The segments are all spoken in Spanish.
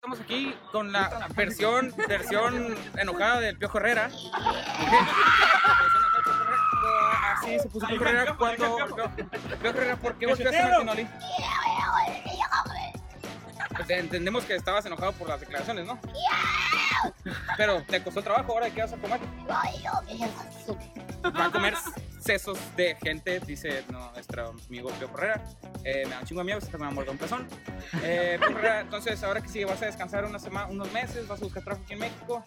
estamos aquí con la versión, versión enojada del Piojo Herrera. Así se puso Piojo Herrera cuando... Piojo Herrera, ¿por qué volvió a hacer Martinoli? Pues entendemos que estabas enojado por las declaraciones, ¿no? Pero te costó trabajo, ¿ahora qué vas a comer? Va a comer sesos de gente, dice no, nuestro amigo Pio Correa. Eh, me da un chingo de miedo, se me ha mordido un pezón. Eh, Pio Correa, entonces, ahora que sí, vas a descansar una semana, unos meses, vas a buscar trabajo aquí en México.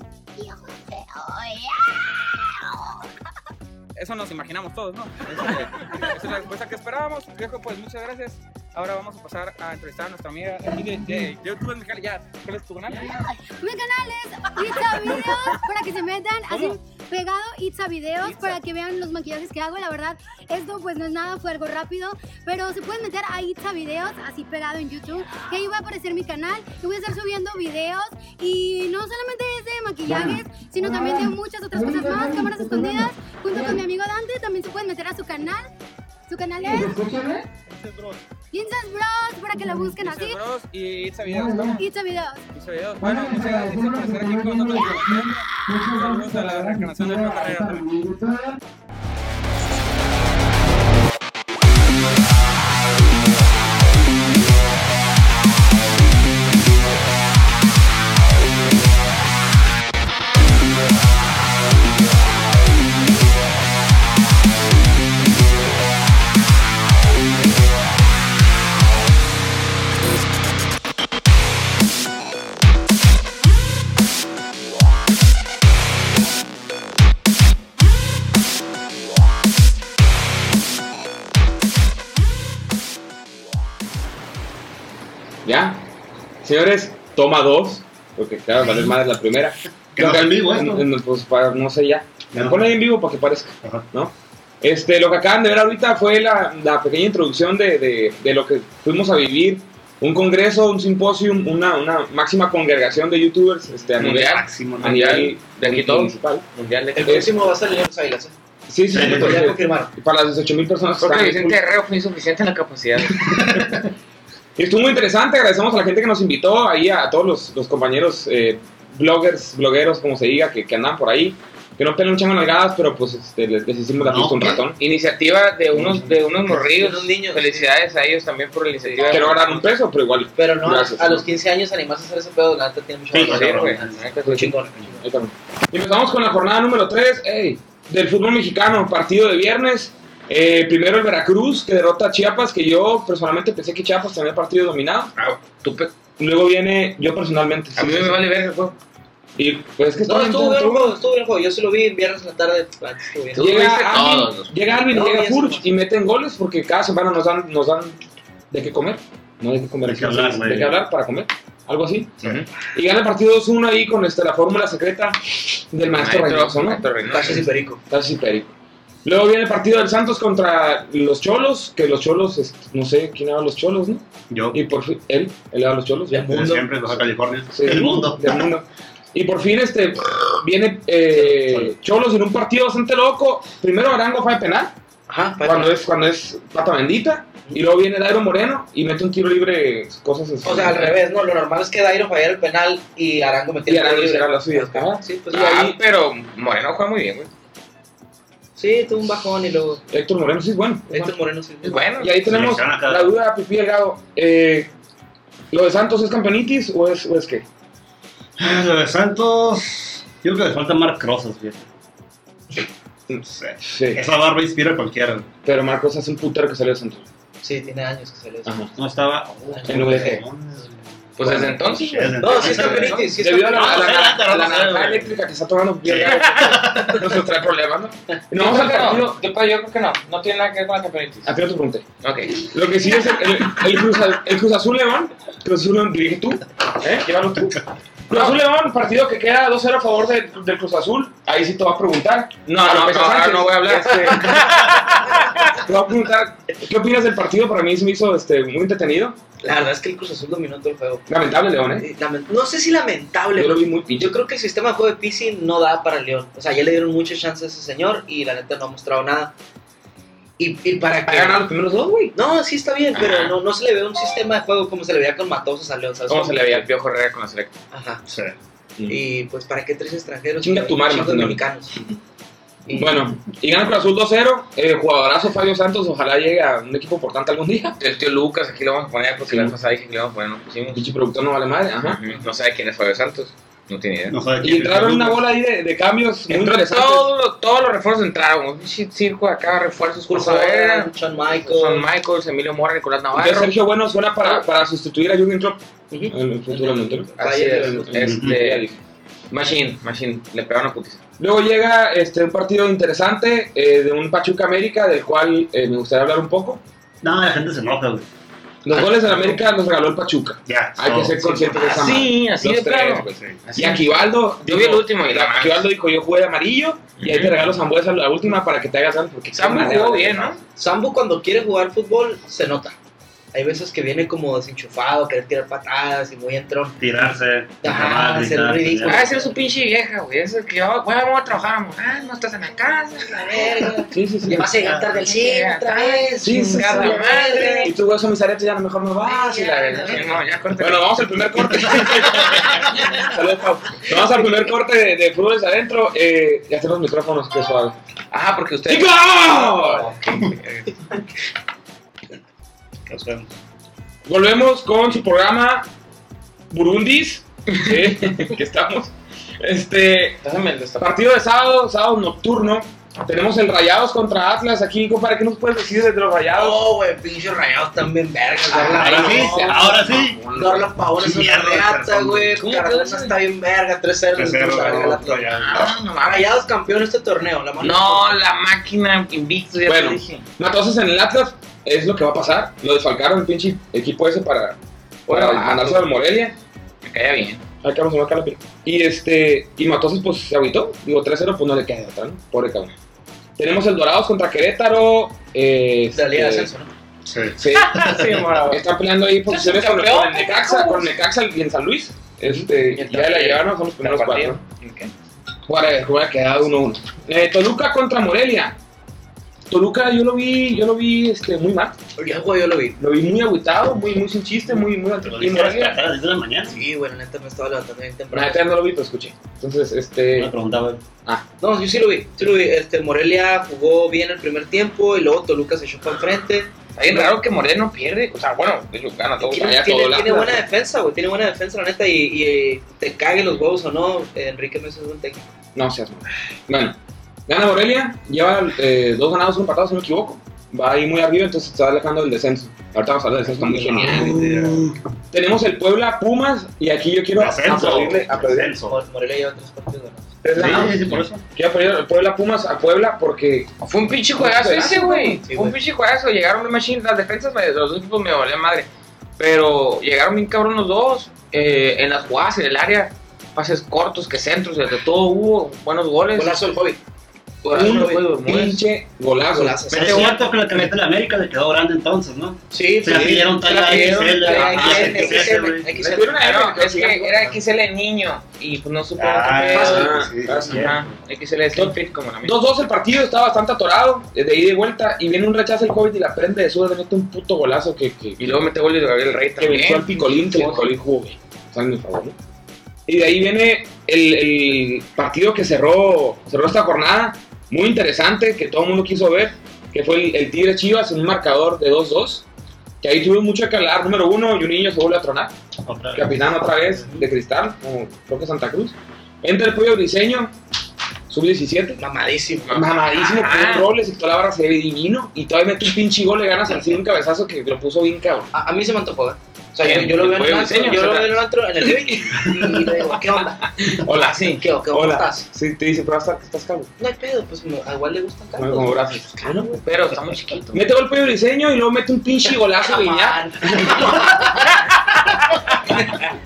Eso nos imaginamos todos, ¿no? Esa esa es la respuesta que esperábamos. Viejo, pues muchas gracias. Ahora vamos a pasar a entrevistar a nuestra amiga eh, aquí de, de YouTube, Miguel, ya, ¿cuál es tu canal? Mi canal es Itza Videos para que se metan así pegado Itza Videos Itza. para que vean los maquillajes que hago. La verdad, esto pues no es nada, fue algo rápido, pero se pueden meter a Itza Videos así pegado en YouTube. Que ahí va a aparecer mi canal y voy a estar subiendo videos y no solamente es de maquillajes, sino también de muchas otras cosas más, cámaras escondidas, junto con mi amigo Dante, también se pueden meter a su canal. Su canal es Insas Bros para que la busquen Itza así. Bros y Itza Videos, ¿no? Itza Videos. Itza Videos. Bueno, muchas gracias Itza, por estar aquí con nosotros. Saludos a la reencarnación de Pio Correa. ¿Ya? Señores, toma dos, porque claro, vale más la primera. Que no sea en vivo esto. en- en- pues, para- no sé ya. Me Ajá. pone ahí en vivo para que parezca, Ajá. ¿no? Este, lo que acaban de ver ahorita fue la, la pequeña introducción de, de- de lo que fuimos a vivir. Un congreso, un simposio, una, una máxima congregación de youtubers este, a nivel, Máximo, ¿no? a nivel De aquí todo. municipal. Mundial de El próximo va a ser León Salas. ¿eh? Sí, sí, sí, Sí, sí. Pero ya porque- confirmaron. para las 18 mil personas que Creo que están Vicente Herrero fue insuficiente en la capacidad. Estuvo muy interesante, agradecemos a la gente que nos invitó, ahí a todos los, los compañeros eh, bloggers, blogueros, como se diga, que, que andan por ahí, que no pelan un chango en las gradas, pero pues este, les, les hicimos la No, pista un ¿qué? ratón. Iniciativa de unos, de unos morrillos. De unos niños. Felicidades a ellos también por la iniciativa. Que no ganar un peso, pero igual. Pero no, Gracias, a ¿no? los 15 años animarse a hacer ese pedo, la neta tiene mucho Sí, valor. sí, cabrón. güey. Neta, fue chingón. Ahí está. Y empezamos con la jornada número 3 del fútbol mexicano, partido de viernes. Eh, primero el Veracruz, que derrota a Chiapas, que yo personalmente pensé que Chiapas tenía el partido dominado. Ah, tú pe- Luego viene, yo personalmente. A sí, mí sí, me sí. vale ver el juego. Y pues es que No, estaba estuvo bien el todo- juego, estuvo bien el juego. Yo se lo vi en viernes en la tarde. Ah, estuvo bien. Tú viste Llega Armin, todos los- llega, Armin, No, llega ya sé Furch cómo. y meten goles porque cada semana nos dan, nos dan de qué comer. No de qué comer, De qué sino hablar, de güey. qué hablar para comer. Algo así. Ujú. Y gana el partido 2-1 ahí con este, la fórmula secreta del maestro Reynoso, ¿no? Maestro Reynoso. Tachos y Perico. Casi perico. Luego viene el partido del Santos contra los Cholos, que los Cholos, este, no sé quién era los Cholos, ¿no? Yo, Y por fin, él, él era los Cholos, ya. desde siempre, en Baja California. Sí, el mundo. Del mundo. Y por fin este viene eh, Cholos en un partido bastante loco. Primero Arango fue de penal. Ajá, para- cuando es cuando es pata bendita y luego viene Dairo Moreno y mete un tiro libre cosas así. O sea, al revés, ¿no? Lo normal es que Dairo fallara el penal y Arango y metiera el Arango gol libre. será la suya Ajá. Sí, pues Ah, ahí. pero Moreno juega muy bien, güey. Ah. Sí, tuvo un bajón y luego. Héctor Moreno sí es bueno Héctor Moreno sí. Es bueno. y ahí tenemos Sí, acá. la duda Pipi Delgado eh, lo de Santos es campeonitis o es, o es qué Ah, Lo de Santos, yo creo que le falta Marc Rosas, fíjate. No sé. sí Esa barba inspira a cualquiera. pero Marcos es un putero que salió de Santos Sí, tiene años que salió. eh, Ajá. No estaba. En UDG. Pues desde entonces, güey. No, sí es campeonitis. Sí es debido a la, No, a la, no, a la, no, no, no, naranja no, no. eléctrica que está tomando Pipi Delgado nos trae problemas ¿no? y nos vamos al partido Yo, pero yo creo que no. No tiene nada que ver con la campeonitis. Ah. a qué te pregunté Ok. Lo que sí es el, el, el Cruz, el Cruz Azul León. Cruz Azul León, dirige tú. ¿Eh? Llévalo tú. Cruz Azul León, partido que queda 2-0 a favor del, del Cruz Azul. Ahí sí te va a preguntar. No, A no, López no, ahora Sánchez, no voy a hablar. este, te va a preguntar, ¿qué opinas del partido? Para mí se me hizo este, muy entretenido. La verdad es que el Cruz Azul dominó todo el juego. Lamentable, León, ¿eh? Lament- No sé si lamentable, Yo lo pero vi muy pinche. yo creo que el sistema de juego de Pizzi no da para el León. O sea, ya le dieron muchas chances a ese señor y la neta no ha mostrado nada. Y, y para Ha que. ganado los primeros dos, güey. No, sí está bien, pero Ajá. no, no se le ve un sistema de juego como se le veía con Matosas a León, ¿sabes? ¿Cómo se le veía el Piojo Herrera con la selecta? Ajá. Sí. Y pues, ¿para qué tres extranjeros? Chinga tu madre, Chicos Martín. dominicanos. Y- Bueno, y gana Cruz Azul 2-0. Eh, jugadorazo Fabio Santos, ojalá llegue a un equipo importante algún día. El tío Lucas, aquí lo vamos a poner porque Sí. la vez pasada dije que lo vamos a poner, no pusimos. Pinche productor no vale madre, ajá. Ujú, No sabe quién es Fabio Santos. No tiene idea. No sabe Y quién es entraron el una Lucas. bola ahí de, de cambios muy Entró interesantes. todos los- todos los refuerzos entraron. Un pinche circo de acá, refuerzos pues, por Cruzadera, saber. Shawn Son Michael. Michaels, Emilio Mora, Nicolás Entonces, Navarro. Sergio Bueno suena para, para sustituir a Jürgen Klopp Ujú. en- futuramente. ¿no? Así es. Ya Este, dije. Machine, Machine. Le pegaron a putiza. Luego llega este, un partido interesante eh, de un Pachuca América, del cual eh, me gustaría hablar un poco. No, la gente se enoja, güey. Ah, Los goles del América los regaló el Pachuca. Ya. Hay Oh, que no, ser sí, conscientes de esa madre. Así, Ah, así Los de tres, plano. güey. Así. Y Aquivaldo. Yo vi el último y la madre. Aquivaldo dijo: Yo jugué de amarillo y ahí te regalo Zambuesa la última para que te hagas algo. Porque Samu qué jugó madre, bien, ¿no? Sambo cuando quiere jugar fútbol se nota. Hay veces que viene como desenchufado, querer tirar patadas y muy entrón. Tirarse. Ajá, grabar, hacer gritar, ridículo. pelear. Ah, esa es su pinche vieja, güey. Esa es que yo, güey, vamos a trabajar, amor. Ah, no estás en la casa. La verga. Sí, sí, sí. Le vas a llegar tarde al cine otra vez. Sí, sí, Chingada sí. madre. Y tú, güey, son mis aretes, ya a lo mejor no vas. y la verga. No, ya corté. Bueno, vamos al primer corte. Saludos, Pau. Vamos al primer corte de, de fútbol desde adentro. Eh, y hacer los micrófonos, que suave. Ah, porque usted. ¡Chicos! Ah, Nos vemos. Volvemos con su programa Burundis. ¿sí? que estamos. Este, Déjame el destapado. partido de sábado, sábado nocturno. Tenemos el Rayados contra Atlas aquí, compadre. ¿Qué nos puedes decir desde los Rayados? No, Oh, güey, pinches rayados también vergas. Ah, Darla- Ahora sí, ahora sí. Darla Paola es una Mierda, reata, perdón. güey. ¿Cómo Cardona que? está bien verga. 3-0. Tercero, entonces, verga, la- Rayados. no mames. Rayados campeón este torneo. La mano- No, la máquina invicto, ya Bueno. te dije. No, entonces en el Atlas es lo que va a pasar. Lo desfalcaron el pinche equipo ese para, para Bueno, mandarse al Morelia. Me caía bien. Ay, cabrón, se me va a caer la pila. Y este, y Matosas pues se agüitó. Digo, 3-0, pues no le queda de otra, ¿no? Pobre cabrón. Tenemos el Dorados contra Querétaro. Eh, De la Liga de este, Ascenso, ¿no? Sí. Sí. Sí, morado. Están peleando ahí posiciones con, campeón, con el Necaxa, ¿cómo? con Necaxa y en San Luis. Este, Y el ya la llevaron, son los primeros cuatro. Juárez, Juárez quedado 1-1. Eh, Toluca contra Morelia. Toluca yo lo vi, yo lo vi este, muy mal. Yo, güey, yo lo vi. Lo vi muy agüitado, muy, muy sin chiste, muy, muy Te lo Y dije a las Morelia. a las 10 de la mañana. Sí, güey, la neta me estaba levantando bien Pero la temprano. neta no lo vi, pero escuché. Entonces, Me este. preguntaba. No, yo sí lo vi, sí lo vi. Este, Morelia jugó bien el primer tiempo y luego Toluca se echó para enfrente. Está bien raro que Moreno no pierde. O sea, Ah, bueno, de hecho, gana todo. Tiene, ya tiene- todo el tiene Atlas, buena ¿no? defensa, güey, tiene buena defensa, la neta. Y, y, eh, te cague los huevos o no, eh, Enrique Mesa es un técnico. No seas mal. Bueno, gana Morelia, lleva eh, dos ganados, un empatado, si no me equivoco. Va ahí muy arriba, entonces se está alejando del descenso. Ahorita vamos a hablar del descenso también. Tenemos el Puebla Pumas, y aquí yo quiero Ascenso. aplaudirle a Pedro. Ascenso. Morelia lleva tres partidos ganados. Es la- Sí, sí, sí, por eso. Quiero pedir el Puebla Pumas a Puebla porque Fue un pinche juegazo ese, güey. Sí, Fue un güey. pinche juegazo. Llegaron los machines, las defensas de los dos equipos me valían madre. Pero llegaron bien cabrón los dos. eh, en las jugadas, en el área. Pases cortos, que centros, de todo hubo. Buenos goles. Golazo el Hobbit. Golazo, un güey, Bermúdez. pinche golazo. Golazo. Pero es cierto que la camioneta de la América le quedó grande entonces, ¿no? Sí, Se Ah, la pidieron tal la a pidieron, XL, la a XL, XL, güey. Hay que Le ser. dieron a él, Ah, no, es que sí, era XL de niño y pues no supo Ah, ah, sí, ah, sí, Ajá, XL de Sunfit como la mía. 2-2 el partido, está bastante atorado, eh, de ida y de vuelta, y viene un rechazo el COVID y la prende de su de mete un puto golazo que, que, Y luego mete gol de Gabriel Rey que venció al también. picolín, que el picolín jugó, güey. Sale en mi favor, ¿no? Y de ahí viene el, el partido que cerró, cerró esta jornada, muy interesante, que todo el mundo quiso ver, que fue el, el Tigre Chivas en un marcador de 2-2, que ahí tuvo mucho que hablar. Número uno, y un niño se vuelve a tronar. Otra vez. capitán otra vez de cristal, como creo que Santa Cruz. Entra el pollo briseño, sub-17. Mamadísimo. Mamadísimo, Ajá. con roles y toda la barra se ve divino. Y todavía mete un pinche gol, le ganas al Cid un cabezazo que lo puso bien cabrón. A, a mí se me antojó, ¿eh? O sea, yo, Bien, yo lo el veo en el juego antro, enseña, yo o lo sea, veo en el antro, en el living, y le digo, ¿qué onda? Hola, Sí. ¿Qué, qué onda hola. estás? Sí, te dice, pero hasta que estás calvo. No hay pedo, pues me- a igual le gustan Como, como tanto. brazos. Ah, no, güey. Pero está muy chiquito. Mete gol pollo briseño y luego mete un pinche golazo, Guiñac. Ah,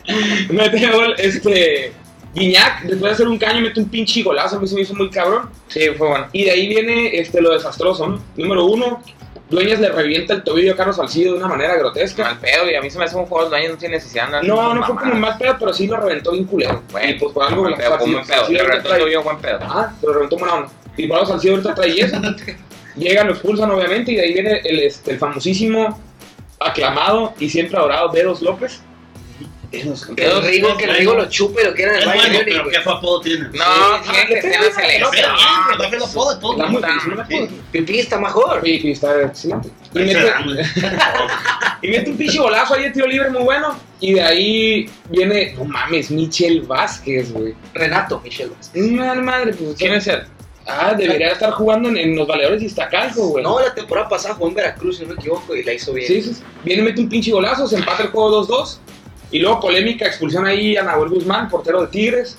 Mete gol, este. Guiñac, después de hacer un caño, mete un pinche golazo, a mí se me hizo muy cabrón. Sí, fue bueno. Y de ahí viene este, lo desastroso, ¿no? Número uno, Dueñas le revienta el tobillo a Carlos Salcido de una manera grotesca. Mal pedo, y a mí se me hace un jugador de años, no tiene necesidad. de andar No, haciendo no fue como mamadas. mal pedo, pero sí lo reventó bien culero. Bueno, y pues por algo buen pedo, Salcido- buen pedo. Salcido Le ahorita reventó trae- el tobillo, buen pedo. Ah, se lo reventó buena onda. Y por algo Salcido ahorita trae eso. Llegan, lo expulsan, obviamente, y de ahí viene el, este, el famosísimo, aclamado y siempre adorado Dedos López. Que el Rigo, que el Rigo lo chupe y lo quiera en Es el Bayern bueno, Múnich, pero güey. ¿qué apodo tiene? No, tiene que ser la Pero bien, selección. pero también lo apodo de todo. Está muy puta, difícil, no me acuerdo. Pipí está mejor. Y, y está excelente. Y Ahí se mete- dan, güey. Y mete un pinche golazo ahí de tiro libre muy bueno. Y de ahí viene, no mames, Michel Vázquez, güey. Renato, Michel Vázquez. Madre, madre, pues. ¿Quién es él? Ah, debería estar jugando en, en los valedores de Iztacalco, güey. No, la temporada pasada jugó en Veracruz, si no me equivoco, y la hizo bien. Sí, sí, sí. Viene, mete un pinche golazo, se empata el juego 2-2. Y luego polémica, expulsión ahí a Nahuel Guzmán, portero de Tigres.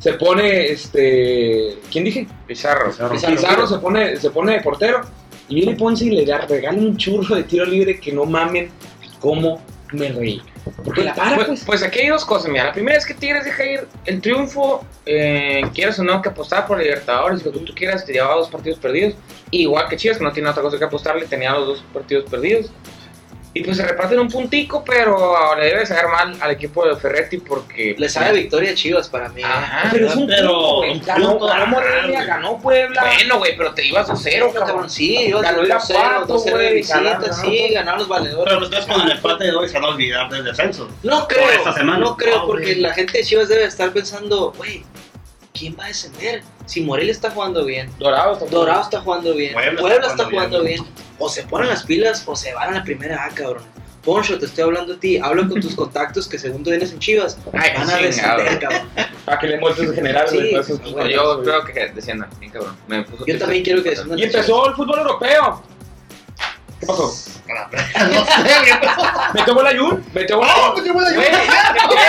Se pone, este. ¿Quién dije? Pizarro. Pizarro, se pone, se pone de portero. Y viene Ponce y le da, regala un churro de tiro libre que no mamen cómo me reí. Porque la para, Pues, pues. pues aquí hay dos cosas, mira. La primera es que Tigres deja ir el triunfo, eh, quieras o no, que apostar por Libertadores, lo que tú quieras, te llevaba dos partidos perdidos. Igual que Chivas, que no tiene otra cosa que apostarle, tenía los dos partidos perdidos. Y pues se reparten un puntico, pero le debe sacar mal al equipo de Ferretti porque... Le sabe victoria a Chivas para mí. ¿eh? Ajá. Pero es un Pero punto, güey. un Pues, ganó, punto, ganó Morelia, güey. ganó Puebla. ah, Bueno, güey, pero te ibas a cero, cabrón. cabrón. Sí, yo Ganó ganó el el cero, Apato, dos cero de güey, visita, ganaron, sí, ganaron los valedores. Pero ustedes con el empate de hoy se van a olvidar del descenso. No Por creo, esta semana. no creo, No, porque güey. la gente de Chivas debe estar pensando, güey, ¿quién va a descender? Si Morelia está jugando bien, Dorado está Dorado está jugando bien, Puebla Puebla, está está jugando jugando bien. o se ponen las pilas o se van a la primera A, cabrón. Poncho, te estoy hablando a ti, habla con tus contactos que según tú vienes en Chivas, Ay, van a chingado. descender, cabrón. Para que le muestres de general, güey, Sí, para esos güey, chingados, Yo güey. creo que desciendan, bien cabrón. Me puso Yo también quiero que desciendan. Y empezó el fútbol europeo. ¿Qué pasó? Para- No sé, güey. ¿Metió gol Ayun? ¿Metió gol ¡Ah, metió gol Ayun! Güey,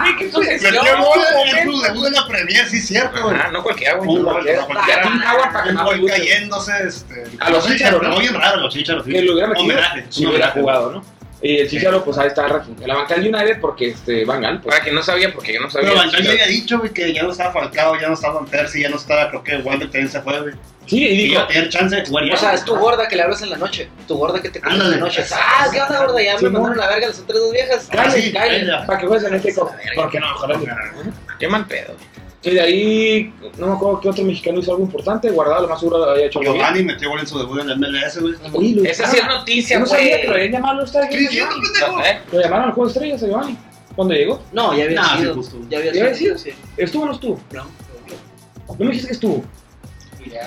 güey, qué sucesión, Metió gol en momento. el club debut de la Premier, sí, cierto, güey. Ah, no cualquiera, güey. Un no gol, cualquiera. no cualquiera. Ya era un agua para que Un no gol guste. cayéndose, este... A los chícharos, ¿no? Muy bien raro, a los chícharos, sí. Que lo hubiera metido. Homenaje, Si un hubiera homenaje. jugado, ¿no? Y el Chicharo, pues ahí está en la banca del United porque este, Van Gaal, pues. Para quien no sabía, porque yo no sabía. Pero Banchero ya había dicho, güey, que ya no estaba Falcao, ya no estaba Van Persie, ya no estaba, creo que Wander también se fue, güey. Sí, y Y dijo, iba a tener chance de jugar ya. O sea, es tu gorda que le hablas en la noche, tu gorda que te comes en la Ándale. noche. Ah, ¿qué onda, gorda? Ya Sí, me no. mandaron la verga las otras dos viejas. Ah, sí, Cállate, cállate. cállate. ¿para qué juegas en este copo? Porque no, ojalá que- Qué mal pedo. Y de ahí, no me acuerdo qué otro mexicano hizo algo importante, guardado, lo más seguro había hecho algo bien. Giovanni metió gol en su debut en el MLS, güey. Uy, lo Esa sí es llamaron. Yo noticia, no sabía güey. que lo habían llamado a Star ¿Qué Games, hicieron, Giovanni. pendejo? ¿Eh? Lo llamaron al juego de estrellas a Giovanni. ¿Cuándo llegó? No, ya había Nah, sí, sido. justo. Ya había ¿Ya había sido. sido? sí. ¿Estuvo o no estuvo? No. No me dijiste que estuvo.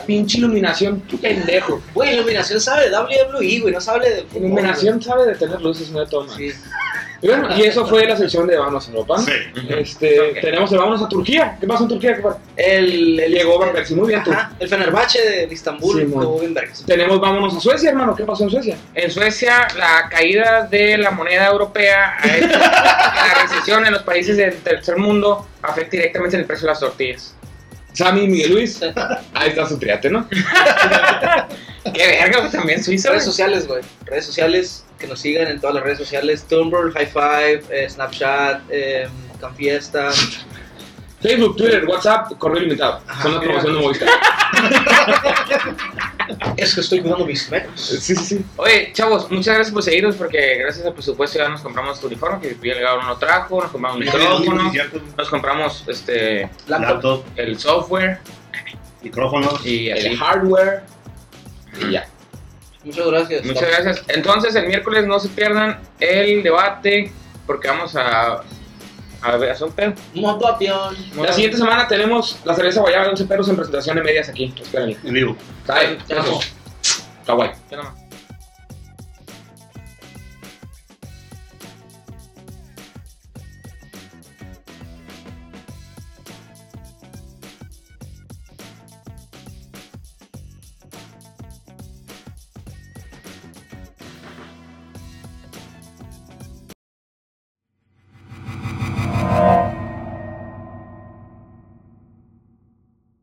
Pinche iluminación, tú pendejo. Güey, iluminación sabe de WWE, güey, no sabe de fútbol. Iluminación sabe de tener luces, no de toma. güey. Sí. Y bueno, y eso fue la sección de Vámonos a Europa. Sí. Este, Ok. tenemos el Vámonos a Turquía. ¿Qué pasó en Turquía? ¿Qué pasó? El, el Llegó Van el, Persie, muy bien tú. ajá, el Fenerbahce de Istambul, Sí, estuvo mon. bien vergas. Tenemos Vámonos a Suecia, hermano. ¿Qué pasó en Suecia? En Suecia, la caída de la moneda europea ha hecho que la recesión en los países del tercer mundo afecte directamente el precio de las tortillas. Sammy y Miguel Luis. Ahí está su triate, ¿no? Qué verga, güey, también Suiza. güey. Redes sociales, güey. Redes sociales, que nos sigan en todas las redes sociales. Tumblr, High Five, eh, Snapchat, eh, Confiesta. Facebook, Twitter, WhatsApp, correo limitado. Ajá, Son la mira. promoción de Movistar. Es que estoy jugando mis metas. Sí, sí, sí. Oye, chavos, muchas gracias por seguirnos porque gracias al presupuesto ya nos compramos tu uniforme, que el Gabo no lo trajo, nos compramos un micrófono, nos compramos este Laptop. Laptop, el software micrófonos. y El así. hardware. Y ya. Muchas gracias. Muchas gracias. Entonces, el miércoles no se pierdan el debate porque vamos a, a ver, hacer un pedo. Motopión. La siguiente semana tenemos la cerveza guayaba de 11 perros en presentación de medias aquí. Espérenme. En vivo. Bye. Te amo. Kawaii. Ya nomás.